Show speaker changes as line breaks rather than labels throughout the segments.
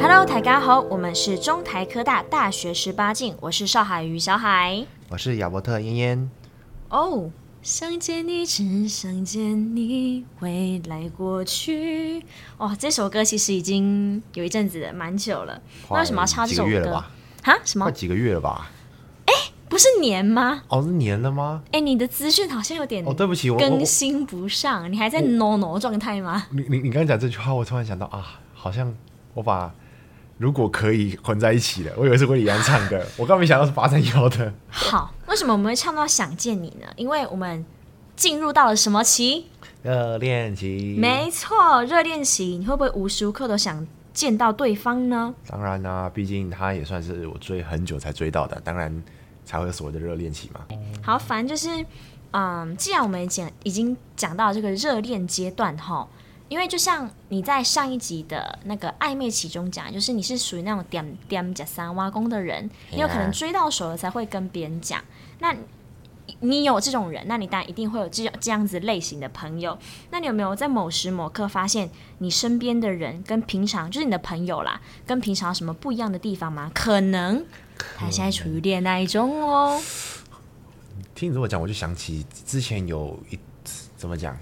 Hello，大家好，我们是中台科大大学十八禁，我是邵海瑜小海。
我是亚伯特嫣嫣，
哦，想见你，只想见你，未来过去。哇、这首歌其实已经有一阵子了蛮久了。那为什么要
快
唱这
几
首
个月了
歌
吧？？
哈？什
快
么？
几个月了吧？
不是年吗？
哦，是年了吗？
哎，你的资讯好像有点
哦，对不起，我我我
更新不上，你还在 no no 状态吗？
你你你刚才讲这句话，我突然想到啊，好像我把如果可以混在一起的，我以为是魏礼安唱的，我刚没想到是八三幺的。
好，为什么我们会唱到想见你呢？因为我们进入到了什么期？
热恋期，
没错，热恋期，你会不会无时无刻都想见到对方呢？
当然啦、毕竟他也算是我追很久才追到的，当然才会有所谓的热恋期嘛。
好，反正就是，嗯，既然我们讲已经讲到这个热恋阶段哈，因为就像你在上一集的那个暧昧期中讲，就是你是属于那种点点加三挖工的人，你有可能追到手了才会跟别人讲。那你你有这种人，那你当然一定会有这种这样子类型的朋友。那你有没有在某时某刻发现你身边的人跟平常就是你的朋友啦，跟平常有什么不一样的地方吗？可能他现在处于恋爱中哦。
听你这么讲，我就想起之前有一怎么讲，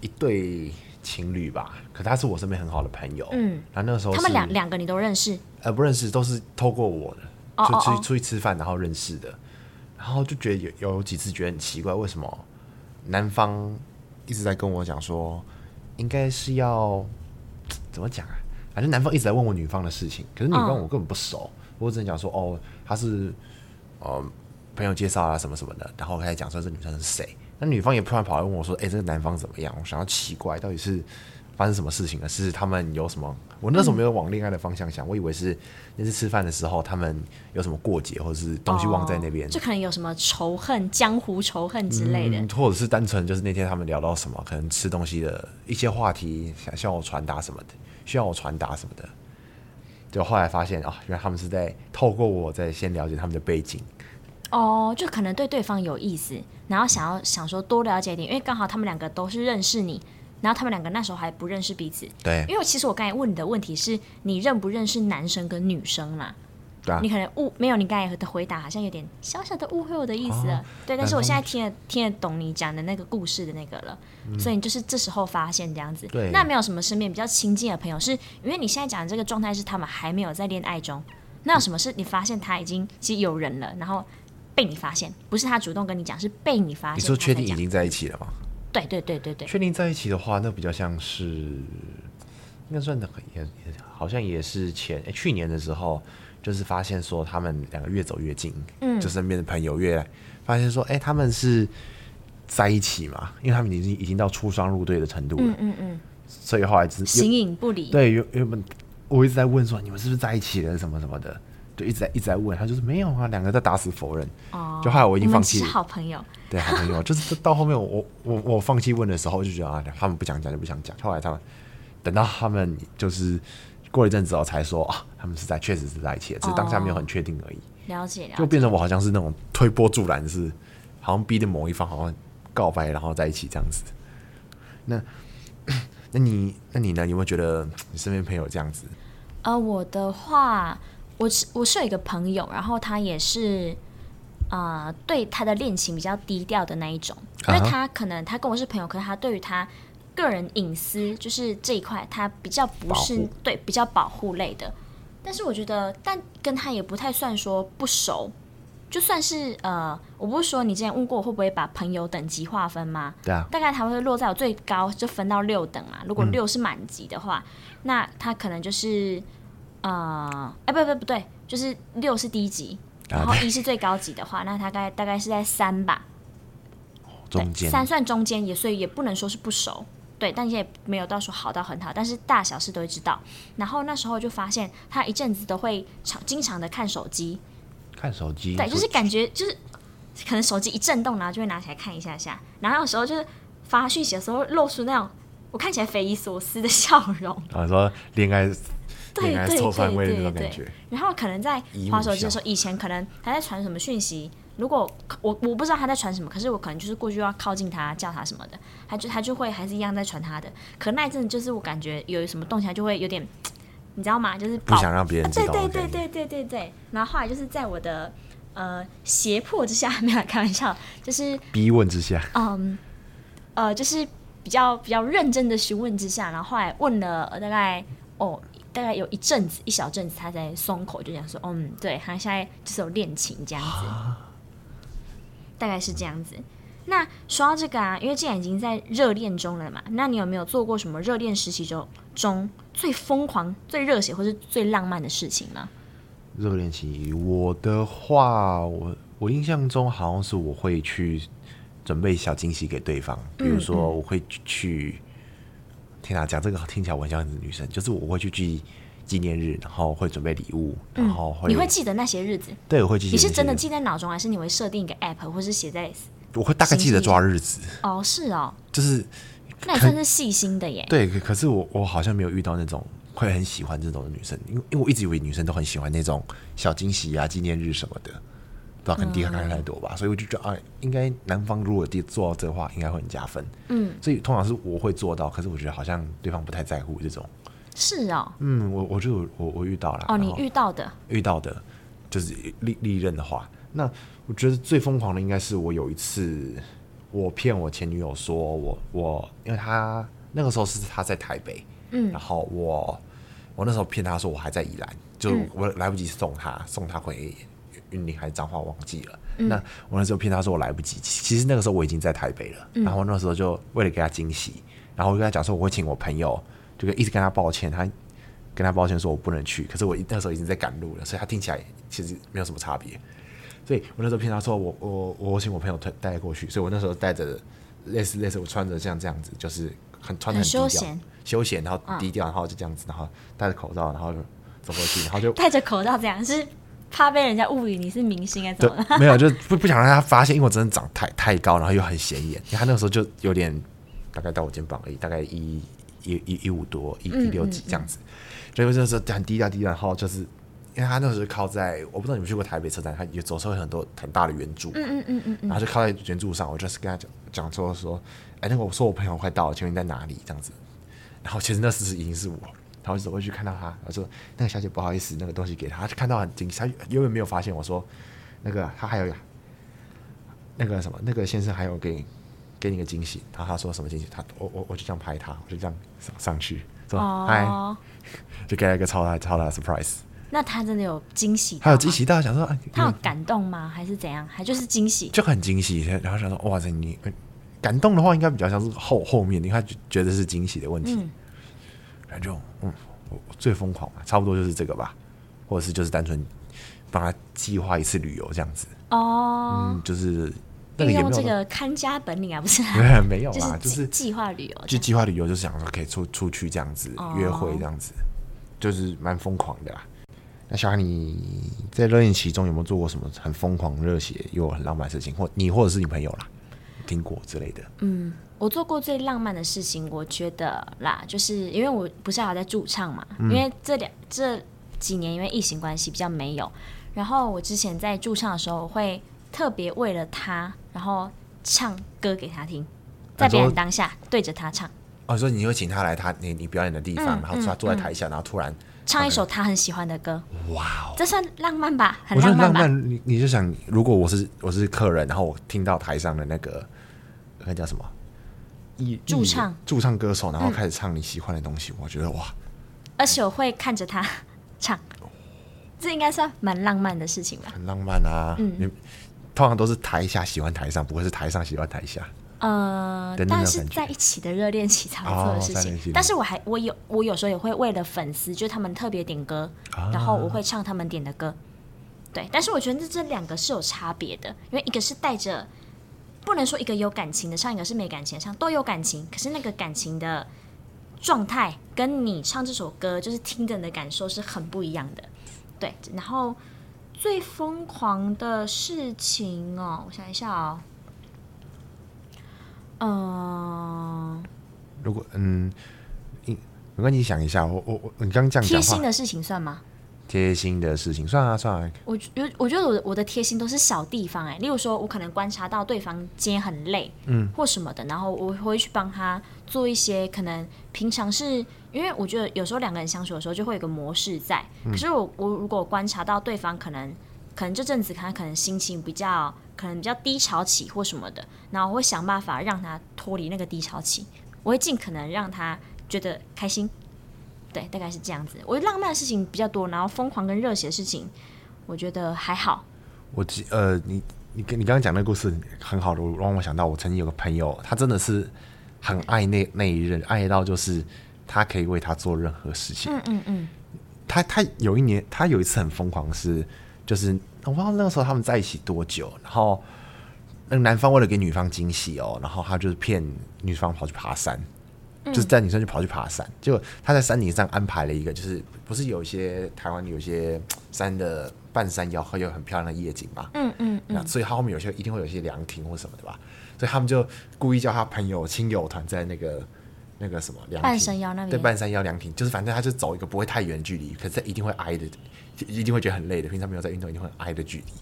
一对情侣吧，可他是我身边很好的朋友，
嗯，
然后那个时候
他们
是
两两个你都认识，
呃不认识，都是透过我的，
哦
就
哦
出去
哦
出去吃饭然后认识的，然后就觉得有有几次觉得很奇怪，为什么男方一直在跟我讲说，应该是要怎么讲啊？反正男方一直在问我女方的事情，可是女方
嗯
我根本不熟，我只能讲说哦，她是呃朋友介绍啊什么什么的，然后开始讲说这女生是谁，那女方也突然跑来问我说，哎、这个男方怎么样？我想要奇怪，到底是发生什么事情了？是他们有什么？我那时候没有往恋爱的方向想，我以为是那次吃饭的时候他们有什么过节或者是东西忘在那边
哦，就可能有什么仇恨、江湖仇恨之类的。
嗯，或者是单纯就是那天他们聊到什么，可能吃东西的一些话题，想向我传达什么的，需要我传达什么的。就后来发现啊，原来他们是在透过我在先了解他们的背景，
哦，就可能对对方有意思，然后想要想说多了解一点，因为刚好他们两个都是认识你，然后他们两个那时候还不认识彼此。
对
因为其实我刚才问你的问题是你认不认识男生跟女生啦？
对啊
你，可能误没有你刚才的回答，好像有点小小的误会我的意思了。
哦
对，但是我
男
现在
生
听得听得懂你讲的那个故事的那个了，所以你就是这时候发现这样子。
嗯对
那没有什么身边比较亲近的朋友，是因为你现在讲的这个状态是他们还没有在恋爱中。那有什么是你发现他已经其实有人了，然后被你发现，不是他主动跟你讲，是被你发现。
你说确定已
他才讲？
经在一起了吗？
对对对对对。
确定在一起的话，那比较像是，应该算的也也好像也是前、诶去年的时候，就是发现说他们两个越走越近，嗯，就身边的朋友越来发现说，哎、他们是在一起嘛，因为他们已经已经到出双入对的程度了，
嗯嗯嗯，
所以后来只
形影不离。
对原原本我一直在问说你们是不是在一起了什么什么的，就一直在一直在问，他就是没有啊，两个在打死否认，
哦
就害我已经
你们
放
只
弃
是
了。
好朋友。
对，好朋友，就是到后面我我我放弃问的时候，就觉得啊，他们不想讲就不想讲。后来他们等到他们就是过了一阵子后才说啊，他们是在确实是在一起的，只是当下没有很确定而已。
了解了
就
解。
变成我好像是那种推波助澜，是好像逼的某一方好像告白然后在一起这样子。那那你那你呢？有没有觉得你身边朋友这样子？
呃，我的话，我是我是有一个朋友，然后他也是，呃，对他的恋情比较低调的那一种，因为
啊哈
他可能他跟我是朋友，可是他对于他个人隐私就是这一块，他比较不
保
是
护
对比较保护类的。但是我觉得，但跟他也不太算说不熟，就算是呃，我不是说你之前问过我会不会把朋友等级划分吗？
对啊，嗯
大概它会落在我最高就分到六等嘛。如果六是满级的话，那它可能就是呃，哎、不不不对，就是六是低级，然后
啊
一是最高级的话，那大概大概是在三吧，
中间
三算中间也，所以也不能说是不熟。对，但也没有到说好到很好，但是大小事都会知道。然后那时候就发现他一阵子都会常经常的看手机，
看手机，
对，就是感觉就是可能手机一震动，然后就会拿起来看一下下，然后有时候就是发讯息的时候露出那种我看起来匪夷所思的笑容，
啊，说恋爱
对
恋爱
对
臭番味的那
对
种
对对
感觉。。
然后可能在
姨
划
母
手机的
笑
时候，以前可能他在传什么讯息，如果我我不知道他在传什么，可是我可能就是过去要靠近他叫他什么的，他就他就会还是一样在传他的。可那一阵子就是我感觉有什么动起来就会有点，你知道吗？就是
不
爆
想让别人知
对
道
啊对
的感觉。
对对对对对。然后后来就是在我的呃胁迫之下， 没有开玩笑，就是
逼问之下，
嗯呃就是比较比较认真的询问之下，然后后来问了呃大概哦大概有一阵子一小阵子，他才松口，就讲说哦嗯对，他现在就是有恋情这样子，
啊
大概是这样子。那说到这个啊，因为既然已经在热恋中了嘛，那你有没有做过什么热恋时期中中最疯狂、最热血或是最浪漫的事情呢？
热恋期，我的话，我我印象中好像是我会去准备小惊喜给对方，比
嗯
如说我会去，天哪、讲这个听起来我很像女生，就是我会去记纪念日，然后会准备礼物，然后
嗯
会、
你会记得那些日子？
哎对，我会记，
你是真的，记在脑中，还是你会设定一个 app，或是写在？
我会大概记得抓日子，
哦，是哦，
就是
那也算是细心的耶。
对，可可是我我好像没有遇到那种会很喜欢这种的女生，因为因为我一直以为女生都很喜欢那种小惊喜啊、纪念日什么的，不知道可能
嗯
第一看太多吧，所以我就觉得啊，应该男方如果第做到这的话，应该会很加分。嗯，所以通常是我会做到，可是我觉得好像对方不太在乎这种。
是哦，
嗯，我我就有我我遇到了
哦，
然
你
后
遇到的
遇到的，就是历历任的话，那我觉得最疯狂的应该是我有一次，我骗我前女友说我我，因为她那个时候是她在台北，嗯，然后我我那时候骗她说我还在宜兰，就我来不及送她送她回云林还是彰化忘记了，那我那时候骗她说我来不及，其其实那个时候我已经在台北了，然后那时候就为了给她惊喜，然后我就跟她讲说我会请我朋友，就跟一直跟她抱歉，她跟他抱歉说我不能去，可是我一那时候已经在赶路了，所以他听起来其实没有什么差别。所以我那时候骗他说我我我请我朋友带带过去，所以我那时候带着类似类似我穿着像这样子，就是很穿的
很
低
休
调
闲嗯
休闲，然后低调，然后就这样子，然后戴着口罩，然后就走过去，然后就
戴着口罩这样，是怕被人家误以你是明星还是怎么了？
对，没有，就不不想让他发现，因为我真的长太太高，然后又很显眼。因为他那个时候就有点大概到我肩膀而已，大概一一一一五多一一六几这样子。所以我那时候很低调低调，然后就是因为他那时候靠在，我不知道你们去过台北车站，他有走时候有很多很大的圆柱，嗯嗯嗯嗯，然后就靠在圆柱上，我就是跟他讲讲说说，哎，那个我说我朋友快到了，请问你在哪里？这样子，然后其实那时已经是我，然后就走过去看到他，我说那个小姐不好意思，那个东西给她，她就看到很惊喜，她原本没有发现我说那个她还有那个什么那个先生还有给你给你个惊喜，然后她说什么惊喜？她我我我就这样拍她，我就这样上上去说嗨、
哦，
就给她一个超大超大的 surprise，
那他真的有惊喜，
她有惊，喜到想说哎，
哦他有感动吗？还是怎样？还就是惊喜？
就很惊喜，然后想说哇塞你。呃感动的话，应该比较像是后后面，因为她觉觉得是惊喜的问题，反正就嗯，我我最疯狂嘛，啊差不多就是这个吧，或者是就是单纯帮他计划一次旅游这样子，
哦，
嗯，就是那个
运
也
用
没有
这
到，
个看家本领啊，不是啊？
没有
就
啦，就
计
是
计划旅游这
就
样，
计划旅游，就是想说可以出出去这样子、
哦
约会这样子，就是蛮疯狂的啦。啊那小韩，你在热恋期中有没有做过什么很疯狂、热血又很浪漫的事情，或你或者是你朋友啦，听过之类的？
我做过最浪漫的事情，我觉得啦，就是因为我不是还有在驻唱嘛，
嗯
因为这两这几年因为疫情关系比较没有。然后我之前在驻唱的时候，我会特别为了他，然后唱歌给他听，
啊
在别人当下对着他唱，
哦，你说你会请他来他你你表演的地
嗯
方，然后他坐在台下，然后突然
唱一首他很喜欢的歌，
哇哦，
这算浪漫吧？很
我觉得
浪漫
浪
吧？
漫，你你就想，如果我是我是客人，然后我听到台上的那个那叫什么艺
驻唱嗯
艺驻唱歌手，然后开始唱你喜欢的东西，我觉得哇，
而且我会看着他 唱，这应该算蛮浪漫的事情吧？
很浪漫啊！
嗯
你通常都是台下喜欢台上，不会是台上喜欢台下。
呃
的，那
但
种
是
感觉
在一起的热恋期才会
哦
做的事
在
情
一起。
但是我还我有我有时候也会为了粉丝，就是他们特别点歌，然后我会唱他们点的歌。对，但是我觉得这这两个是有差别的，因为一个是带着不能说一个有感情的唱，一个是没感情的唱，都有感情，可是那个感情的状态跟你唱这首歌就是听的人的感受是很不一样的。对，然后最疯狂的事情哦，我想一下哦，嗯、呃
如果嗯，你没关系，想一下，我我我，你刚刚这样
贴
讲
心
话，
的事情算吗？
贴心的事情，算啊算啊，
我觉我觉得我的我的贴心都是小地方哎、例如说我可能观察到对方今天很累，嗯，或什么的，然后我会去帮他做一些可能平常是因为我觉得有时候两个人相处的时候就会有个模式在，可是我我如果观察到对方可能可能这阵子他可能心情比较可能比较低潮期或什么的，然后我会想办法让他脱离那个低潮期，我会尽可能让他觉得开心。对，大概是这样子。我浪漫的事情比较多，然后疯狂跟热血的事情我觉得还好。
我记呃，你你跟你刚刚讲那个故事很好的，我让我想到我曾经有个朋友，他真的是很爱那那一任，爱到就是他可以为他做任何事情。
嗯嗯嗯，
他他有一年，他有一次很疯狂是，就是我不知道那个时候他们在一起多久，然后那个男方为了给女方惊喜哦，然后他就是骗女方跑去爬山，
嗯
就是带女生去跑去爬山，结果他在山顶上安排了一个，就是不是有一些台湾有一些山的半山腰会有很漂亮的夜景嘛，嗯嗯，那所以他后面有些一定会有一些凉亭或什么的吧，所以他们就故意叫他朋友亲友团在那个。那个什么凉亭
半山腰那边
对半山腰凉亭，就是反正他就走一个不会太远的距离，可是一定会挨的，一定会觉得很累的。平常没有在运动，一定会很挨的距离。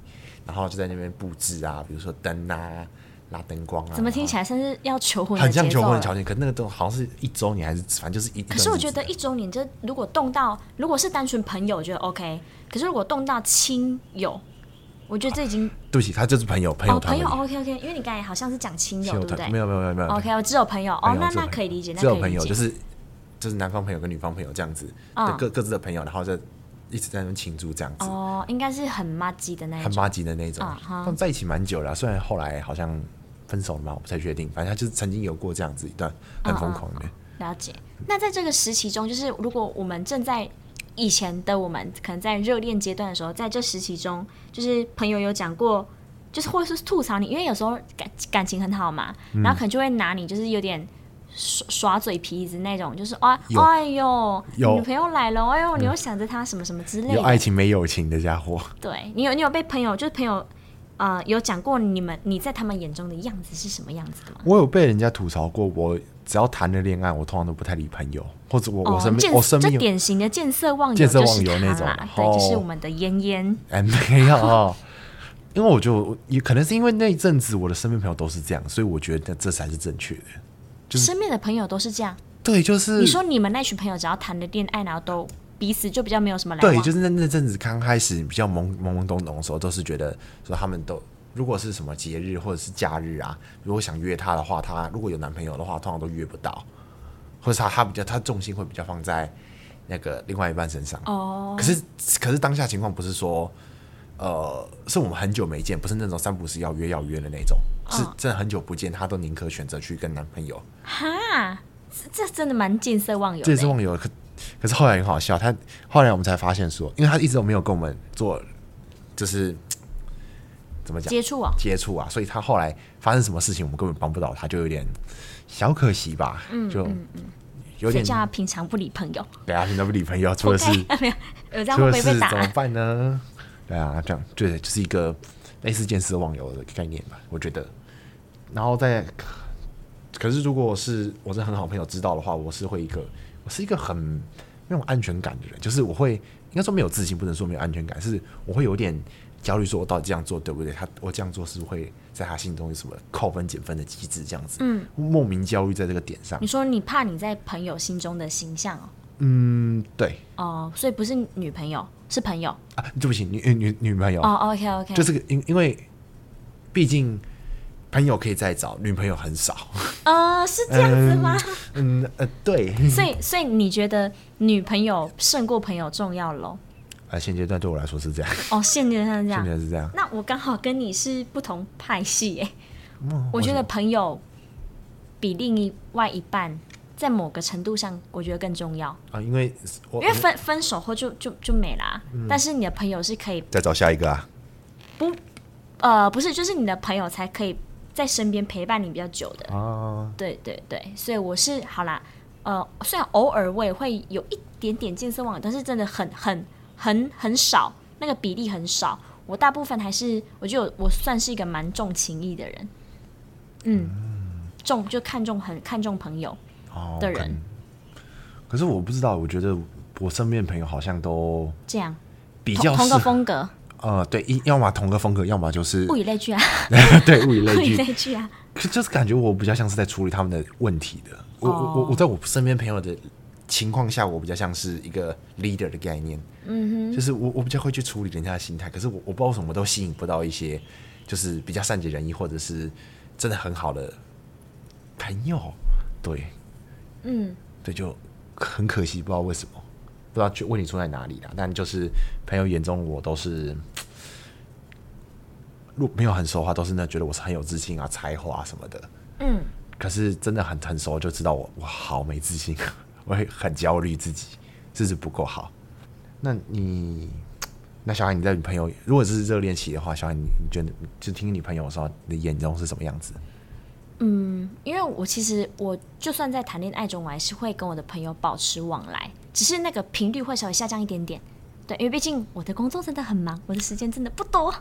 然后就在那边布置啊，比如说灯啊、拉灯光啊。
怎么听起
来
来像是要求婚的
很
节
像
奏啊
求婚的
了？
条件？可是那个都好像是一周年还是反正就是一。
可是我觉得
一段日
一周年，这如果动到，如果是单纯朋友，我觉得 OK。可是如果动到亲友，我觉得这已经
子对不起，他就是朋友朋
哦
友团
朋
而已
友 OK OK，因为你刚才好像是讲亲友，
亲友
对不
团
对
没有没有没有没有
？OK，我只有朋友哦
朋，友
那
只有
那
朋友
可以理解，那
只有
可
朋
以理
友
解。
就是就是男方朋友跟女方朋友这样子，
嗯
各各自的朋友，然后就一直在那边庆祝这样子。
哦，应该是很麻吉的那一
很
种。
垃圾的那种
啊。哈
他们在一起蛮久了啊、虽然后来好像分手了嘛，我不太确定。反正他就是曾经有过这样子一段
嗯
很疯狂的。
了解。那在这个时期中，就是如果我们正在以前的我们可能在热恋阶段的时候，在这时期中，就是朋友有讲过，就是或者是吐槽你，因为有时候感感情很好嘛，
嗯
然后可能就会拿你就是有点。耍耍嘴皮子那种，就是啊，
有
哎呦，
有
女朋友来了，哎呦，你又想着她什么什么之类
有
的，
哎爱情没友情的家伙，
对你有你有被朋友就是朋友，呃，有讲过你们你在他们眼中的样子是什么样子的吗？
我有被人家吐槽过，我只要谈了恋爱，我通常都不太理朋友，或者我、我身边
见
我身
哦这
边有
典型的见色忘友，
见色
就
忘
是
友那
他
种哦
啦
然
对，就是
后
我们的嫣嫣，
哎没有哦，因为我就我也可能是因为那一阵子我的身边朋友都是这样，所以我觉得这才是正确的。
身边的朋友都是这样。
对，就是
你说你们那群朋友只要谈了恋爱，然后都彼此就比较没有什么来往，
对，就是那那阵子刚开始比较懵懵懵懂懂的时候，都是觉得说他们都如果是什么节日或者是假日啊，如果想约她的话，她如果有男朋友的话，通常都约不到，或者她她比较她重心会比较放在那个另外一半身上。
哦，
可是可是当下情况不是说，呃，是我们很久没见，不是那种三不是要约要约的那种，是真的很久不见，她都宁可选择去跟男朋友。
哈，这这真的蛮见色忘友
这也是
的。
忘友，可可是后来很好笑，他后来我们才发现说，因为他一直都没有跟我们做，就是怎么讲
接触哦，
接触啊，所以他后来发生什么事情，我们根本帮不到他，就有点小可惜吧，就有
所
点
以叫他平常不理朋友。
对啊，平常不理朋友，除了是
没有，有这样
除
会不会
了是
被
怎么
打？
办呢？ 对啊，这样对，就是一个类似见色忘友的概念吧，我觉得。然后再，可是如果是我是很好朋友知道的话，我是会一个，我是一个很那种安全感的人，就是我会应该说没有自信，不能说没有安全感，是我会有点焦虑，说我到底这样做对不对？他我这样做是不是会在他心中有什么扣分减分的机制？这样子，嗯，莫名焦虑在这个点上
你，说你怕你在朋友心中的形象哦，
嗯，对
哦，所以不是女朋友，是朋友。
啊，对不起，女女女朋友
哦，OK OK，
就是个因因为，毕竟朋友可以再找，女朋友很少。
呃，是这样子吗？
嗯呃，对，
所以，所以你觉得女朋友胜过朋友重要咯？
啊，现阶段对我来说是这样，
哦，现阶段是这
现阶
样。
段是这样。
那我刚好跟你是不同派系耶、
嗯
我觉得朋友比另一外一半在某个程度上，我觉得更重要，
啊，因为我
因为分分手后就就就没啦、
嗯
但是你的朋友是可以
再找下一个啊，
不呃不是，就是你的朋友才可以在身边陪伴你比较久的。
啊，
对对对，所以我是好啦，呃，虽然偶尔我也会有一点点见色忘友，但是真的很很很很少，那个比例很少。我大部分还是我觉得我算是一个蛮重情义的人，嗯，重就看重很看重朋友，
哦，
的
可
人
能。可是我不知道，我觉得我身边的朋友好像都
这样
比
同
较
同
是
个风格，
呃，对，一要么同个风格，要么就是
物以类聚啊，
对物以
物
类
以
聚，
类聚啊，
可就是感觉我比较像是在处理他们的问题的。我我我我在我身边朋友的情况下，我比较像是一个 leader 的概念，嗯哼，就是我我比较会去处理人家的心态。可是我我不知道为什么都吸引不到一些就是比较善解人意或者是真的很好的朋友，对
嗯，
对，就很可惜，不知道为什么，不知道就问你出在哪里啦。但就是朋友眼中我都是。如果没有很熟的话，都是那觉得我是很有自信啊、才华、什么的。
嗯，
可是真的很成熟，就知道我我好没自信，啊 我会很焦虑自己，自己不够好。那你，那小孩你在你朋友如果是热恋期的话，小孩你你觉得就听你朋友说，你的眼中是什么样子？
因为我其实我就算在谈恋爱中，我还是会跟我的朋友保持往来，只是那个频率会稍微下降一点点。对，因为毕竟我的工作真的很忙，我的时间真的不多。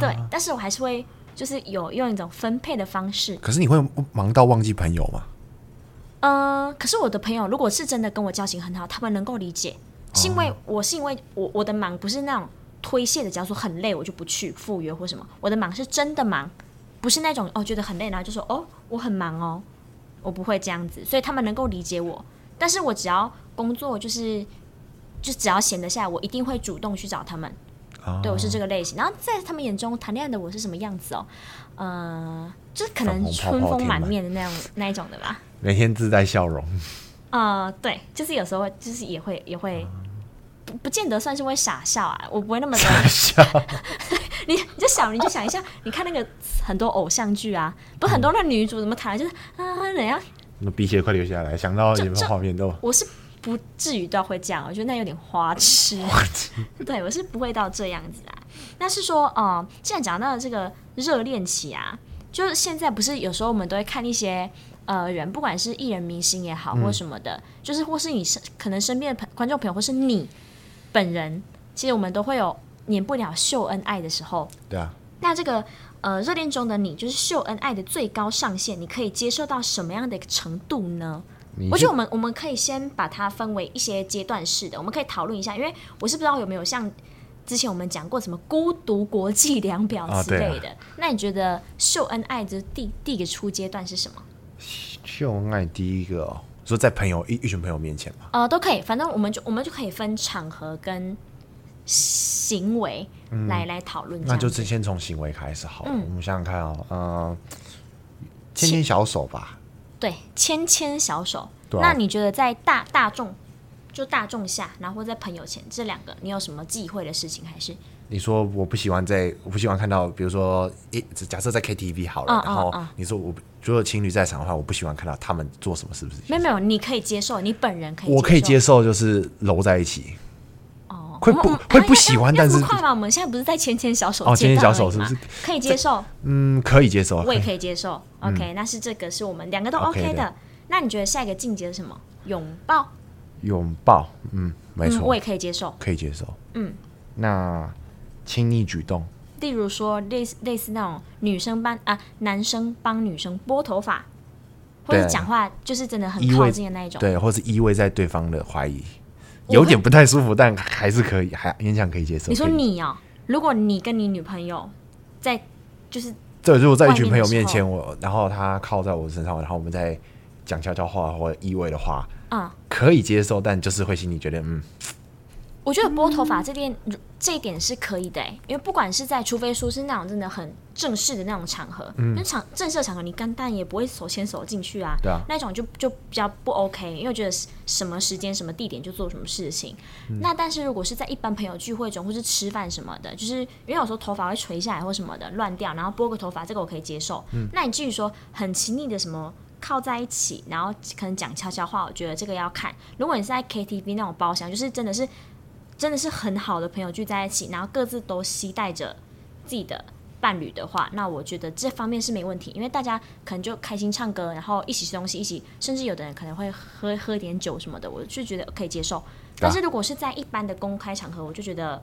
对，但是我还是会就是有用一种分配的方式。
可是你会忙到忘记朋友吗？
嗯、可是我的朋友如果是真的跟我交情很好，他们能够理解，
哦
是因为我是因为我我的忙不是那种推卸的，假如说很累我就不去赴约或什么，我的忙是真的忙，不是那种哦觉得很累然后就说哦我很忙哦，我不会这样子，所以他们能够理解我，但是我只要工作就是就只要闲得下来，我一定会主动去找他们。
啊
对，我是这个类型。然后在他们眼中，谈恋爱的我是什么样子哦？呃，就是可能
粉红泡泡
春风
天
满
满
面的那种那一种的吧。
每天自带笑容，。
呃，对，就是有时候会就是也会也会，不不见得算是会傻笑啊，我不会那么的
笑，
你你就想你就想一下，你看那个很多偶像剧啊，不是很多那女主怎么谈就是啊怎样，
那鼻血快流下来，想到你们
这
画面都
我是不至于到会这样，我觉得那有点 花痴。对，我是不会到这样子啊。那是说，呃，既然讲到这个热恋期啊，就是现在不是有时候我们都会看一些呃人，不管是艺人、明星也好，或什么的，就是或是你身可能身边的朋观众朋友，或是你本人，其实我们都会有免不了秀恩爱的时候。
对啊，
那这个呃热恋中的你，就是秀恩爱的最高上限，你可以接受到什么样的一个程度呢？
你
我觉
就
得我们我们可以先把它分为一些阶段式的，我们可以讨论一下，因为我是不知道有没有像之前我们讲过什么孤独国际量表
啊
之
对啊
类的。那你觉得秀恩爱就是第第一个初阶段是什么？
秀恩爱第一个、哦，说在朋友一一群朋友面前嘛，
呃，都可以，反正我们就我们就可以分场合跟行为来、来讨论这
嗯那
样
就
子。
是先从行为开始好了。我们想想看哦，嗯、牵牵小手吧，
对牵牵小手。
对啊
那你觉得在大大众就大众下，然后或在朋友前这两个，你有什么忌讳的事情还是？
你说我不喜欢在，我不喜欢看到，比如说，一假设在 KTV 好了，
嗯
然后
嗯嗯
你说我如果情侣在场的话，我不喜欢看到他们做什么，是不是？
没有没有，你可以接受，你本人可以，
我可以接。受，就是揉在一起，
哦，
会
我们
不
我们
会
啊
不
要
喜欢
要要
但
这么
是
快吗？我们现在不是在牵牵小手
哦
阶
牵牵
段
小
而已
手
吗
是不是
可以接受？
嗯，可以接受。
我也可以接受。OK，那是这个是我们两个都
OK
OK 的
的。
那你觉得下一个境界是什么？拥抱，
拥抱，嗯，没
嗯，
错
我也，可以接受。
可以接受。
嗯，
那亲密举动，
例如说，类似类似那种女生帮啊，男生帮女生拨头发，或者
对
讲话就是真的很
依
靠
偎
近的那一种。
对，或是依偎在对方的怀疑，有点不太舒服，但还是可以，还勉强可以接受。
你说
可以
你哦，如果你跟你女朋友在就是
对，如果在一
外
群
面
朋友
的时
面
候
前，我然后他靠在我身上，然后我们在讲悄悄话或者意味的话，
啊、
可以接受，但就是会心里觉得，嗯，
我觉得拨头发这点、这一点是可以的、欸，因为不管是在，除非说是那种真的很正式的那种场合，因为场正式的场合你干但也不会手牵手进去啊，
嗯对啊
那种就就比较不 OK，因为我觉得是什么时间什么地点就做什么事情。
嗯
那但是如果是在一般朋友聚会中，或是吃饭什么的，就是因为有时候头发会垂下来或什么的乱掉，然后拨个头发这个我可以接受。
嗯
那你至于说很亲密的什么？靠在一起，然后可能讲悄悄话，我觉得这个要看。如果你是在 KTV 那种包厢，就是真的是真的是很好的朋友聚在一起，然后各自都携带着自己的伴侣的话，那我觉得这方面是没问题，因为大家可能就开心唱歌，然后一起吃东西，一起，甚至有的人可能会喝喝点酒什么的，我就觉得可以接受。但是如果是在一般的公开场合，我就觉得，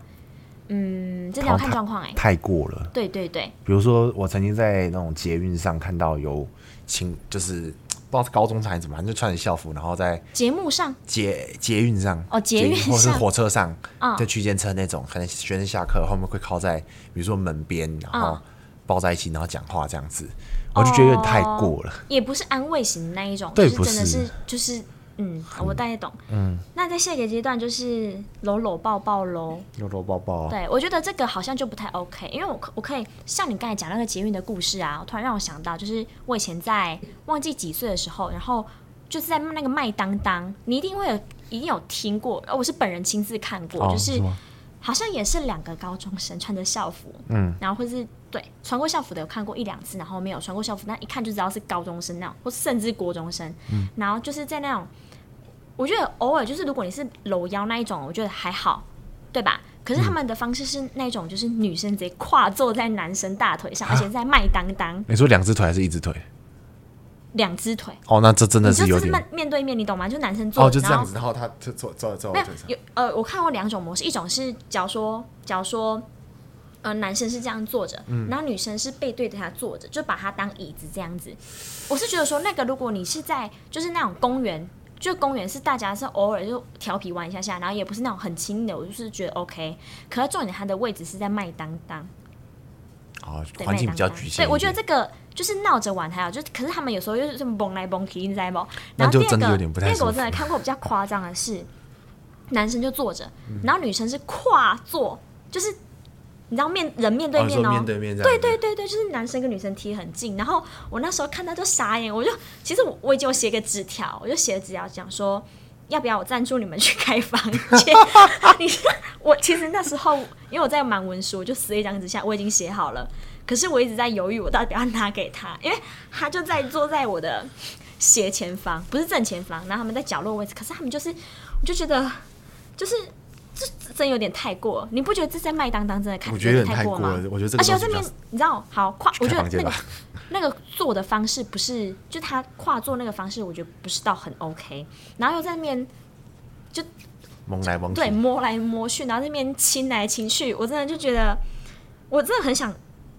嗯，真的要看状况哎、
太过了。
对对对，
比如说，我曾经在那种捷运上看到有情，就是不知道是高中生还是怎么，反正就穿着校服，然后在
节目上
捷捷运上
哦捷运
或是
上
火车上，
嗯
就区间车那种，可能学生下课后面会靠在，比如说门边，然后
嗯
抱在一起，然后讲话这样子，我就觉得有点太过了。
也不是安慰型的那一种，
对
就是真的
不是
是就是。嗯，我大概懂。嗯，那在下一个阶段就是搂搂抱抱喽。
搂搂抱抱，
对，我觉得这个好像就不太 OK，因为我可我可以像你刚才讲那个捷运的故事啊，突然让我想到，就是我以前在忘记几岁的时候，然后就是在那个麦当当，你一定会有一定有听过，呃我是本人亲自看过，
哦
就是
是吗
好像也是两个高中生穿着校服，
嗯，
然后或是对穿过校服的有看过一两次，然后没有穿过校服，那一看就知道是高中生那种，或甚至国中生，嗯，然后就是在那种，我觉得偶尔就是如果你是搂腰那一种，我觉得还好，对吧？可是他们的方式是那种，就是女生直接跨坐在男生大腿上，而且在麦当当
你说两只腿还是一只腿？
两只腿，
哦，那这真的
你就是
有
是
点
面面对面，你懂吗？就男生坐，
哦，就这
然
样
后
子，然后他就坐坐坐
没有
我腿上，
有呃，我看过两种模式，一种是假如说假如说，呃，男生是这样坐着，然后女生是背对着他坐着，就把他当椅子这样子。我是觉得说，那个如果你是在就是那种公园，就公园是大家是偶尔就调皮玩一下下，然后也不是那种很亲的，我就是觉得 OK。可是重点，他的位置是在麦当当。
哦，
对
环境
麦
比较
当当
局限一点。哦
对，我觉得这个就是闹着玩还好，就可是他们有时候又是这么蹦来蹦去，你知道不？
嗯那
然后
就
第二
真的
个
有点不太
第二个我
舒
真的
服嗯
看过比较夸张的是，男生就坐着，然后女生是跨坐，就是你知道面人面对
哦你
面
说
哦，
面对面这样
对
子
对对对，就是男生跟女生贴很近。然后我那时候看到就傻眼，我就其实我我已经有写个纸条，我就写了纸条讲说。要不要我赞助你们去开房间？ 你我其实那时候因为我在忙文书，我就撕了一张纸下，我已经写好了，可是我一直在犹豫，我到底要不要拿给他，因为他就在坐在我的斜前方，不是正前方，然后他们在角落位置，可是他们就是，我就觉得就是。这这真有点太过了，你不觉得这在麦当当真的看
我觉得有点
太
太过
吗
了？我觉得这个
而且
东
我
西
这边
比较
你知道，好跨，我
开
觉得
房
那
间
个
吧
那个做的方式不是，就他跨坐那个方式，我觉得不是到很 OK，然后又在那边
蒙来蒙去，
对摸来摸去，然后在那边亲来亲去，我真的就觉得，我真的很想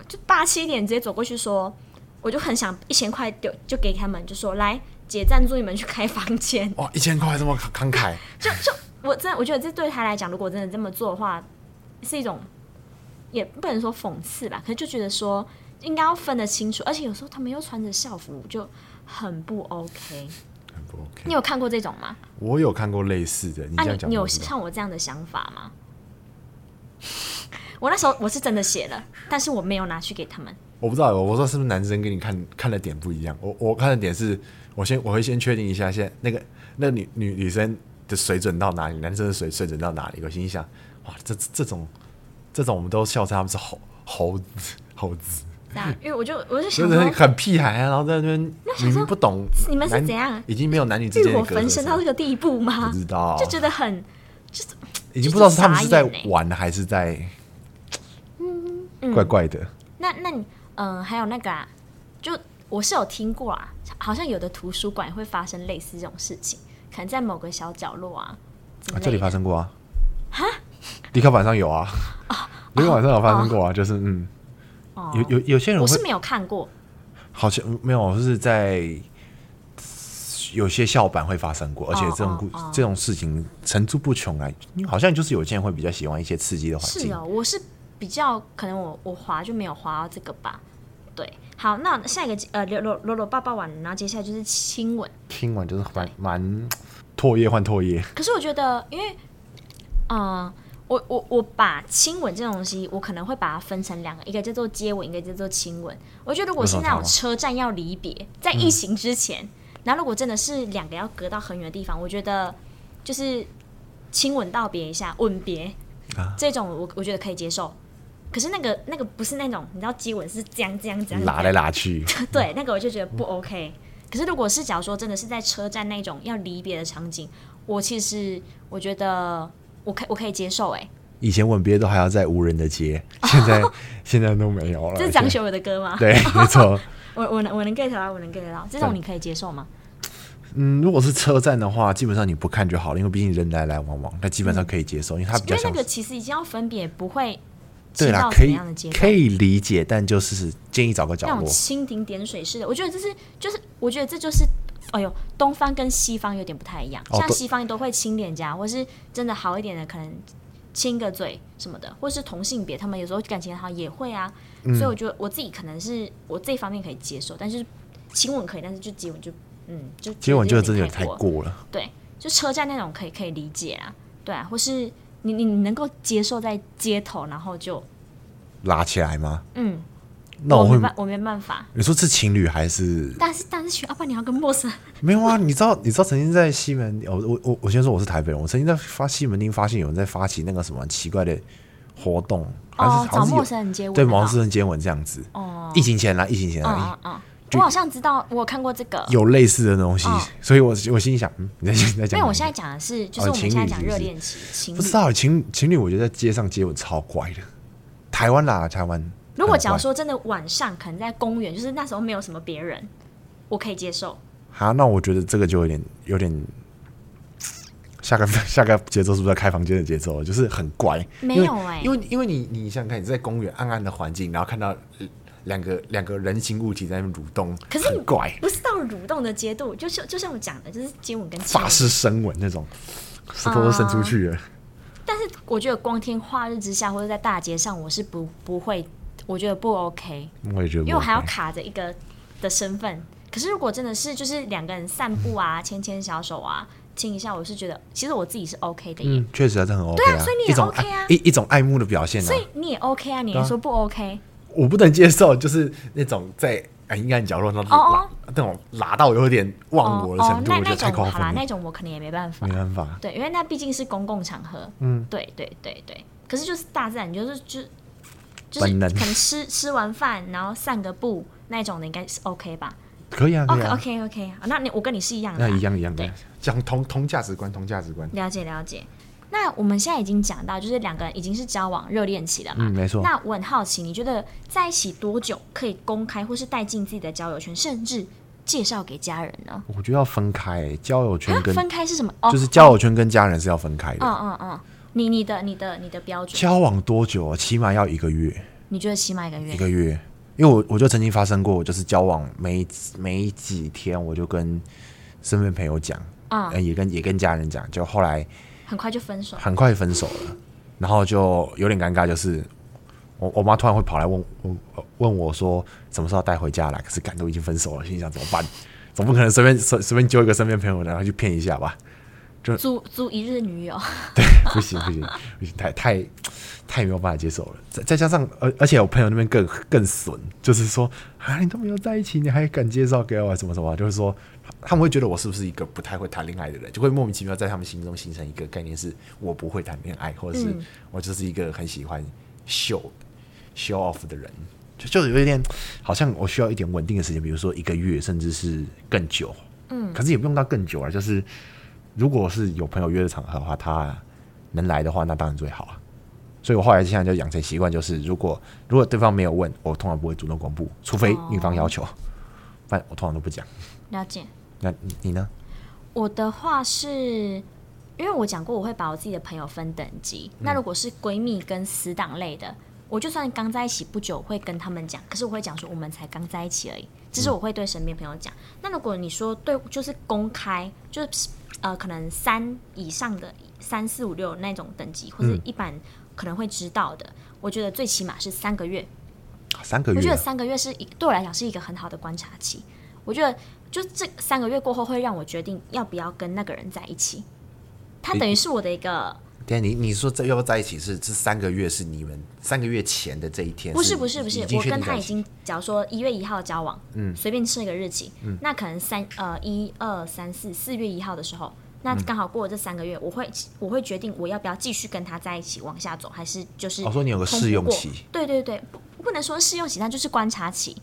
就霸气一点，直接走过去说，我就很想一千块丢就给他们，就说来姐赞助你们去开房间，
哇，一千块这么 慷慨，
就就我真的我觉得这对他来讲，如果真的这么做的话，是一种也不能说讽刺吧，可是就觉得说应该要分得清楚，而且有时候他们又穿着校服，就很不 OK。
很不 OK。
你有看过这种吗？
我有看过类似的，你
啊，
这样
你
讲
你
我
有
知道，
像我这样的想法吗？ 我那时候我是真的写了，但是我没有拿去给他们。
我不知道，我说是不是男生跟你看看的点不一样？我我看的点是，我先我会先确定一下，现在那个那女女女生的水准到哪里，男生的水水准到哪里？我心里想，哇，这这种这种我们都笑称他们是猴猴子猴子，
这样，因为我就我就
就
想
是
说，
很屁孩啊，然后在那边明明不懂
你们是
男
怎样
已经没有男女之间
欲
的
火
隔阂
焚身到这个地步吗
不？知道，啊
就觉得很
已经不知道是他们是在
就是傻眼欸嗯
玩还是在，怪怪的。
那那你嗯、呃还有那个啊，就我是有听过啊，好像有的图书馆会发生类似这种事情，可能在某个小角落啊之
啊，
类
这里
的
发生过啊？哈？迪卡板上有啊，迪卡板上有发生过啊，就是嗯，
哦
有有有些人
我
会
是没有看过
好像没有，就是在有些校版会发生过，而且这种故
哦哦
这种事情层出不穷啊。好像就是有些人会比较喜欢一些刺激的环
是
境
哦，，我是比较可能我我滑就没有滑到这个吧。对，好，那下一个呃，搂搂搂搂抱抱完，然后接下来就是亲吻。
听完就是蛮蛮唾液换唾液，
可是我觉得，因为嗯、呃我我我把亲吻这种东西，我可能会把它分成两个，一个叫做接吻，一个叫做亲吻。我觉得如果是那
有什么差吗
种车站要离别，在疫情之前，然后如果真的是两个要隔到很远的地方，我觉得就是亲吻道别一下，吻别、
啊
这种我我觉得可以接受。可是那个那个不是那种，你知道接吻是这样这样这样
拉来拉 去。
对，那个我就觉得不
嗯
OK。可是如果是假如说真的是在车站那种要离别的场景，我其实我觉得我可我可以接受哎、
以前吻别都还要在无人的街，现在现在都没有了。
哦这是张学友的歌吗？
对，没错。
我我能我能 get 到，我能 get 到，这种你可以接受吗？
嗯，如果是车站的话，基本上你不看就好了，因为毕竟人来来往往，那基本上可以接受，因为它比
因
较
为那
像
个
是
其实已经要分别，不会
对
进
啦，
到
可
怎
以
样的阶段
可。以理解，但就是建议找个角
那种
落。
蜻蜓点水式的，我觉得这是就是，我觉得这就是，哎呦，东方跟西方有点不太一样，
哦
像
对
西方都会亲脸颊，或是真的好一点的可能亲个嘴什么的，或是同性别，他们有时候感情好也会啊，
嗯
所以我觉得我自己可能是我这方面可以接受，但是亲吻可以，但是就接吻就嗯就
结果你就
觉
真
得有
的有
点
点太
过，
过了，
对，就车站那种可以可以理解啊，对啊，或是你你你能够接受在街头，然后就
拉起来吗？
嗯，
那
我
我
没
会，
办我没办法。
你说是情侣还是
但是但是去阿爸，你要跟陌生人
没有啊？你知道，你知道曾经在西门，哦我我我先说我是台北人，我曾经在发西门町发现有人在发起那个什么很奇怪的活动，好像
哦
是，
找
好像是有
陌生人接吻，
对
好
陌生人接吻这样子。
哦，
疫情前啦，疫情前
嗯
啦，
嗯嗯，
就
我好像知道，我有看过这个，
有类似的东西
嗯，
所以我我心里想，嗯，你在你在
因为
讲什
我
么
现在讲的是，就
哦
是我们现在讲
情侣
热
是不是
恋期情
不知
侣。
道情情侣，我觉得在街上接吻超怪的。台湾啦，台湾。
如果
很
假如
怪
说真的晚上，可能在公园，就是那时候没有什么别人，我可以接受。
好，那我觉得这个就有点有点，下个 下个节奏是不是要开房间的节奏了？就是很怪，
没
因为
有欸
因为因为你你想想看，你在公园暗暗的环境，然后看到呃两个两个人形物体在那边蠕动，
可是你
很怪，
不是到蠕动的阶度，就像就像我讲的，就是接吻跟亲
发
吻。
式深吻那种，舌头都伸出去了。
啊但是我觉得光天化日之下，或者在大街上，我是不不会，我觉得不 OK。
我也觉得，
因为我还要卡着一个的身份。可是如果真的是就是两个人散步
嗯
啊，牵牵小手啊，亲一下，我是觉得其实我自己是 OK 的耶。
嗯，确实啊，这很 OK
对啊所以你也
一种
OK 啊
爱一一种爱慕的表现啊
所。以你也 OK 啊，你
对
还
啊
说不 OK？
我不能接受，就是那种在啊阴暗角落那种
哦
拉那种拉到有点忘我的程度，
那
我
那
觉得太
种
夸
好啦，
张了
那，种我可能也没办法
没。办法。
对，因为那毕竟是公共场合。
嗯，
对对对对。可是就是大自然，就是就就是
本能
可能吃吃完饭，然后散个步那种的，应该是 OK 吧
可以啊，可以
哦？OK
啊
OK OK，那你我跟你是一样的
那
啊、
一样一样的
对，
讲同同价值观，同价值观。
了解了解。那我们现在已经讲到，就是两个人已经是交往热恋期了嘛？
嗯没错
那我很好奇，你觉得在一起多久可以公开或是带进自己的交友圈，甚至介绍给家人呢？
我觉得要分开、交友圈
啊
嗯跟
分开是什么？哦，
就是交友圈跟家人是要分开
嗯
的。
嗯嗯，你你的你的你的标准，
交往多久啊？起码要一个月，
你觉得起码一个月
一？个月。因为我我就曾经发生过，我就是交往没没几天，我就跟身边朋友讲，
嗯
呃也跟也跟家人讲，就后来
很快就分手？
很快分手了，然后就有点尴尬，就是我我妈突然会跑来问问问我说什么时候带回家来，可是感都已经分手了，心里想怎么办？总不可能随便随随便揪一个身边朋友然后去骗一下吧？
租租一日女友，
不行不行不行，太太太没有办法接受了。再再加上而而且我朋友那边更更损，就是说啊你都没有在一起，你还敢介绍给我什么什么？就是说他们会觉得我是不是一个不太会谈恋爱的人，就会莫名其妙在他们心中形成一个概念，是我不会谈恋爱，或者是
嗯
我就是一个很喜欢秀 show off 的人。就就有一点，好像我需要一点稳定的时间，比如说一个月，甚至是更久。嗯，可是也不用到更久啊，就是如果是有朋友约的场合的话，他能来的话，那当然最好啊。所以我后来现在就养成习惯，就是如果如果对方没有问，我通常不会主动公布，除非女方要求，
哦
不然我通常都不讲。
了解。
那你你呢？
我的话是，因为我讲过我会把我自己的朋友分等级。那如果是闺蜜跟死党类的，我就算刚在一起不久会跟他们讲，可是我会讲说我们才刚在一起而已，这是我会对身边朋友讲。那如果你说对，就是公开，就是呃，可能三以上的三四五六那种等级，或者
嗯
一般可能会知道的，我觉得最起码是三个月
三个
我觉得
月啊，
三个月是一对我来讲是一个很好的观察期。我觉得就这三个月过后，会让我决定要不要跟那个人在一起。他等于是我的一个，
对，你你说这要不要在一起是这三个月是你们三个月前的这一天？
不是不是不
已
是，
经
我
确定
跟他
在一
已
起哦
经，假如说一月一号交往，嗯，随便设一个日期，
嗯
那可能三呃一二三四四月一号的时候，那
嗯
刚好过了这三个月，我会我会决定我要不要继续跟他在一起往下走，还是就是
哦说你有个
通
试
不
用
过
期，
对对对，不不能说试用期，那就是观察期。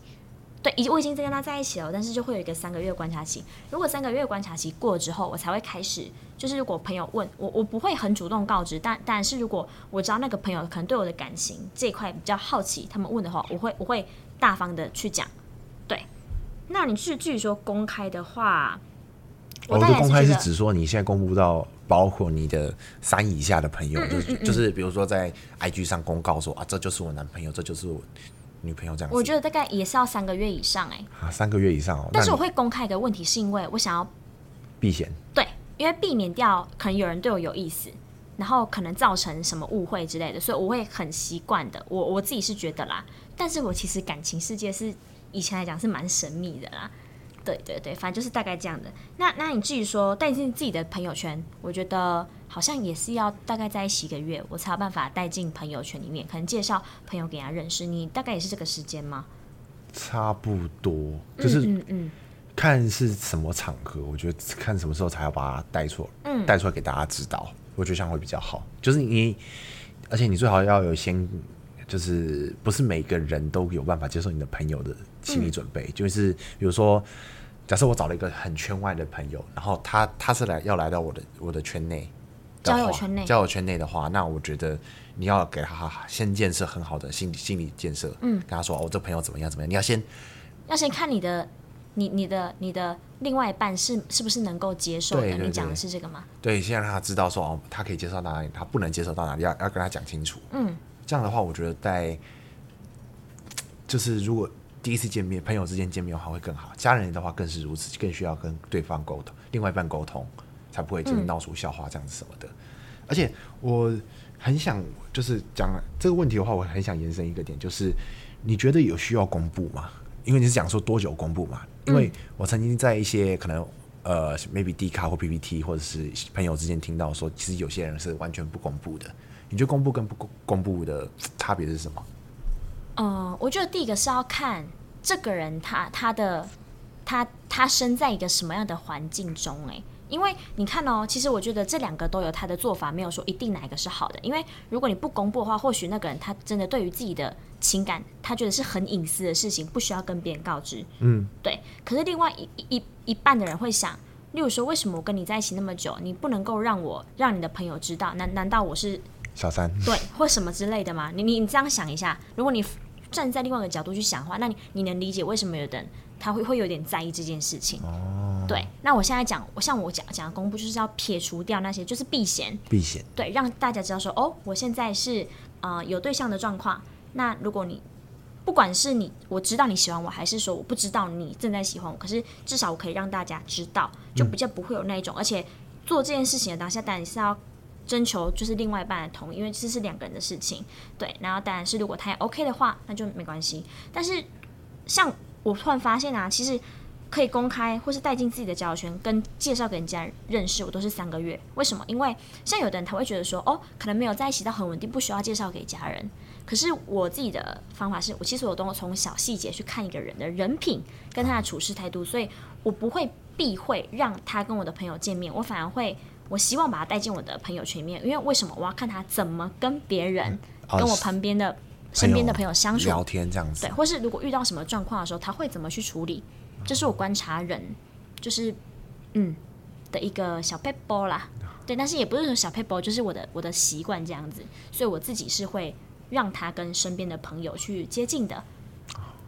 对，已我已经在跟他在一起了，但是就会有一个三个月观察期。如果三个月观察期过之后，我才会开始，就是如果朋友问我，我不会很主动告知，但但是如果我知道那个朋友可能对我的感情这一块比较好奇，他们问的话，我会我会大方的去讲。对，那你是至于说公开的话，
哦我
大
的
概
公开
觉
是
得
指说你现在公布到包括你的三以下的朋
嗯
友，就是就是比如说在 IG 上公告说啊，这就是我男朋友，这就是我女朋友这样子。
我觉得大概也是要三个月以上哎、
啊，三个月以上哦，
但是
那
我
你
会公开一个问题，是因为我想要
避嫌。
对，因为避免掉可能有人对我有意思，然后可能造成什么误会之类的，所以我会很习惯的。我我自己是觉得啦，但是我其实感情世界是以前来讲是蛮神秘的啦。对对对，反正就是大概这样的。那那你至于说，带进自己的朋友圈，我觉得好像也是要大概在一起一个月，我才有办法带进朋友圈里面，可能介绍朋友给他认识。你大概也是这个时间吗？
差不多，就是
嗯嗯，
看是什么场合，我觉得看什么时候才要把它带出，
嗯
带出来给大家知道，我觉得这样会比较好。就是你，而且你最好要有先，就是不是每个人都有办法接受你的朋友的心理准备，
嗯
就是比如说。假设我找了一个很圈外的朋友，然后他他是来要来到我的我的圈内的话，
交友圈内
交友圈内的话，那我觉得你要给他先建设很好的心理心理建设，嗯，跟他说哦，这朋友怎么样怎么样，你要先
要先看你的、你、你的、你的另外一半是是不是能够接受的？
对对
你讲的
对
是这个吗？
对，先让他知道说哦，他可以接受到哪里，他不能接受到哪里，要要跟他讲清楚。
嗯，
这样的话，我觉得在就是如果第一次见面，朋友之间见面的话会更好，家人的话更是如此，更需要跟对方沟通，另外一半沟通，才不会就是闹出笑话这样子什么的。而且我很想就是讲这个问题的话，我很想延伸一个点，就是你觉得有需要公布吗？因为你是讲说多久公布嘛？因为我曾经在一些可能呃，maybe D 卡或 PPT 或者是朋友之间听到说，其实有些人是完全不公布的。你觉得公布跟不公公布的差别是什么？
呃，我觉得第一个是要看这个人他他的他他身在一个什么样的环境中、欸，因为你看哦，其实我觉得这两个都有他的做法，没有说一定哪一个是好的。因为如果你不公布的话，或许那个人他真的对于自己的情感，他觉得是很隐私的事情，不需要跟别人告知。
嗯，
对。可是另外一一一一半的人会想，例如说，为什么我跟你在一起那么久，你不能够让我让你的朋友知道？难难道我是
小三，
对，或什么之类的嘛。你你你这样想一下，如果你站在另外一个角度去想的话，那你你能理解为什么有的人他会会有点在意这件事情。对，那我现在讲，我像我讲讲的公布，就是要撇除掉那些，就是避嫌，
避嫌。
对，让大家知道说，哦，我现在是呃有对象的状况。那如果你不管是你我知道你喜欢我，还是说我不知道你正在喜欢我，可是至少我可以让大家知道，就比较不会有那一种，而且做这件事情的当下，当然是要征求就是另外一半的同意，因为这是两个人的事情，对。然后当然是如果他也 OK 的话，那就没关系。但是像我突然发现啊，其实可以公开或是带进自己的交友圈，跟介绍给人家认识，我都是三个月。为什么？因为像有的人他会觉得说，哦，可能没有在一起到很稳定，不需要介绍给家人。可是我自己的方法是我其实我都从小细节去看一个人的人品跟他的处事态度，所以我不会避讳让他跟我的朋友见面，我反而会。我希望把他带进我的朋友圈里面，因为为什么我要看他怎么跟别人、
哦
跟我旁边的身边的朋友相处，
聊天这样子
对，，或是如果遇到什么状况的时候，他会怎么去处理？这是我观察人，就是嗯的一个小 p a p e 啦。对，但是也不是说小 p a p e 就是我的我的习惯这样子，所以我自己是会让他跟身边的朋友去接近的。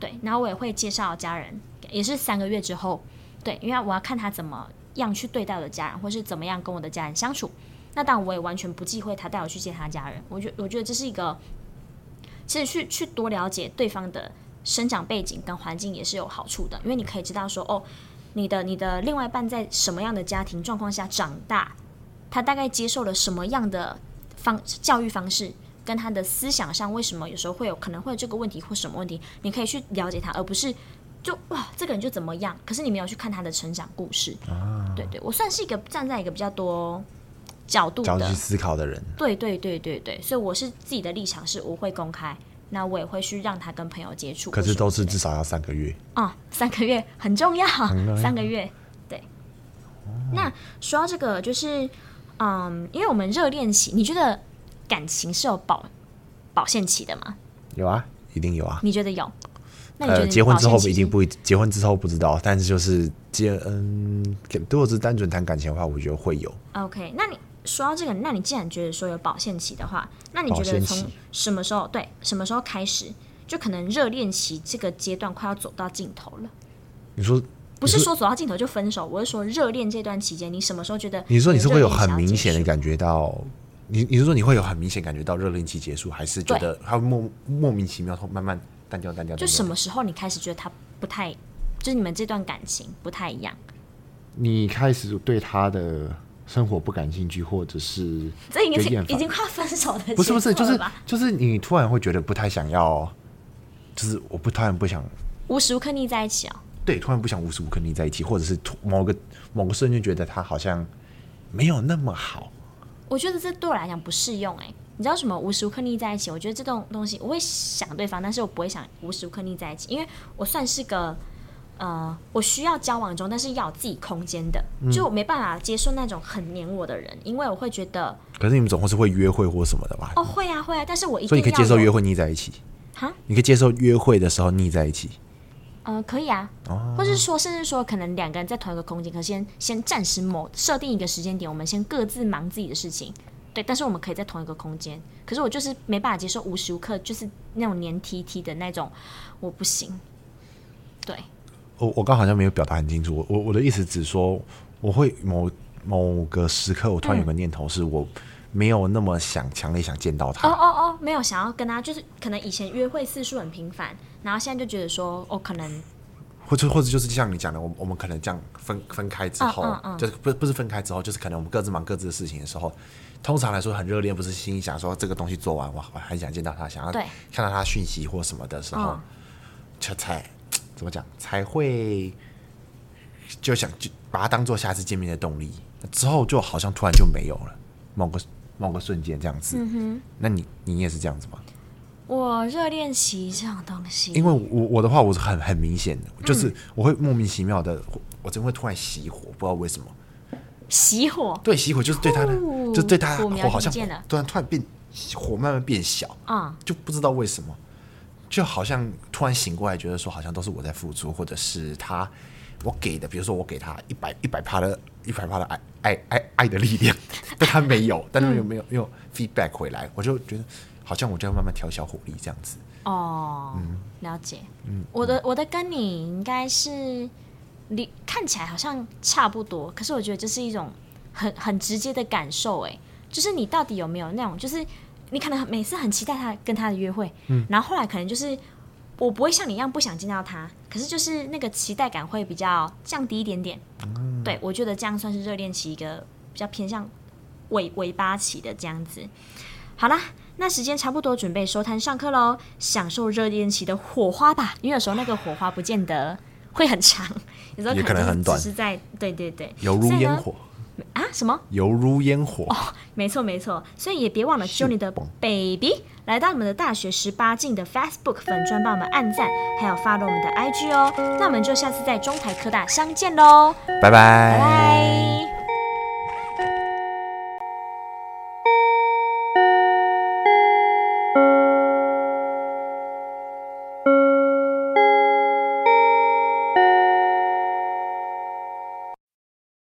对，然后我也会介绍家人，也是三个月之后，对，因为我要看他怎么样去对待我的家人，或是怎么样跟我的家人相处。那当然，我也完全不忌讳他带我去见他家人。我觉我觉得这是一个，其实去去多了解对方的生长背景跟环境也是有好处的，因为你可以知道说，哦，你的你的另外一半在什么样的家庭状况下长大，他大概接受了什么样的方教育方式，跟他的思想上为什么有时候会有可能会有这个问题或什么问题，你可以去了解他，而不是就哇这个人就怎么样，可是你没有去看他的成长故事。对对，我算是一个站在一个比较多角度
只要
的
去思考的人，
对对对对对，所以我是自己的立场是我会公开，那我也会去让他跟朋友接触。
可是都是
啊
至、少要三个月。
三个月很重要，
重要哦
三个月对。那说到这个，就是嗯，因为我们热恋期，你觉得感情是有保保鲜期的吗？
有啊，一定有啊。
你觉得有？那你觉得
呃，
你
结婚
保
之
鲜
后
期
已经不一结婚之后不知道，但是就是结嗯，如果是单纯谈感情的话，我觉得会有。
OK，那你说到这个，那你既然觉得说有保鲜期的话，那你
保
觉得
鲜
从
期
什么时候对什么时候开始，就可能热恋期这个阶段快要走到尽头了？
你说
不是说走到尽头就分手，我是说热恋这段期间，你什么时候觉得？
你说你是会
热
有
恋期
很
要
明
结
显的
束
感觉到，你你是说你会有很明显感觉到热恋期结束，还是觉
对
得它会莫莫名其妙地慢慢淡掉淡掉？
就
淡掉
什么？时候你开始觉得他不太，就是你们这段感情不太一样？
你开始对他的生活不感兴趣，或者是
这已经
有厌
是
烦
已经快分手的
不是不
阶
是，就
段了
是
吧
就是你突然会觉得不太想要，就是我不突然不想，
无时无刻腻在一起哦。
对，突然不想无时无刻腻在一起，或者是突某个某个瞬间觉得他好像没有那么好。
我觉得这对我来讲不适用哎、你知道什么无时无刻腻在一起？我觉得这种东西我会想对方，但是我不会想无时无刻腻在一起，因为我算是个呃，我需要交往中，但是要有自己空间的，
嗯
就我没办法接受那种很黏我的人，因为我会觉得
可是你们总会是会约会或什么的吧？
哦会啊会啊，但是我一定
所以你可以接
要
受
有
约会腻在一起，
哈，
你可以接受约会的时候腻在一起。
呃可以啊，
哦
或是说甚至说可能两个人在同一个空间，可先先暂时某设定一个时间点，我们先各自忙自己的事情。对，但是我们可以在同一个空间，可是我就是没办法接受无时无刻就是那种黏 T T 的那种，我不行。对，
我我刚好像没有表达很清楚，我我我的意思只说，我会某某个时刻，我突然有个念头，是我没有那么想强烈想见到
哦
他，
哦哦，没有想要跟他，就是可能以前约会次数很频繁，然后现在就觉得说，哦，可能
或者或者就是像你讲的，我们我们可能这样分分开之后，
嗯嗯嗯
就是不不是分开之后，就是可能我们各自忙各自的事情的时候，通常来说很热恋，不是心里想说这个东西做完，我我很想见到他，想要
对
看到他讯息或什么的时候
嗯，
就才怎么讲才会就想就把它当做下次见面的动力，之后就好像突然就没有了，某个某个瞬间这样子。
嗯
那你你也是这样子吗？
我热恋期这种东西，
因为我我的话，我是很很明显
嗯
的，就是我会莫名其妙的，我我真会突然熄火，不知道为什么。
熄火，
对，熄火就是对他的，
哦
就对他
火苗
火好像
就不见了
突然突然变火慢慢变小，
嗯，
就不知道为什么，就好像突然醒过来，觉得说好像都是我在付出，或者是他我给的，比如说我给他一百一百趴的一百趴的爱爱爱爱的力量， 但他没
嗯
有，但他又没有没有 feedback 回来，我就觉得好像我就要慢慢调小火力这样子。
哦，了解。我的我的跟你应该是，你看起来好像差不多，可是我觉得这是一种很很直接的感受，哎，就是你到底有没有那种，就是你可能每次很期待他跟他的约会，然后后来可能就是我不会像你一样不想见到他，可是就是那个期待感会比较降低一点点。
嗯
对我觉得这样算是热恋期一个比较偏向尾尾巴期的这样子。好啦，那时间差不多，准备收摊上课喽，享受热恋期的火花吧。因为有时候那个火花不见得会很长，有时候
也可
能就
能
是
很短
只是在对对对，
犹如
所以呢
烟火，
啊什么？哦
犹如烟火。
没错没错，所以也别忘了揪你的
蹦
baby 来到我们的大学十八禁的 Facebook 粉专，帮我们按赞，还有 follow 我们的 IG 哦。那我们就下次在中台科大相见喽，
拜
拜
拜。
拜。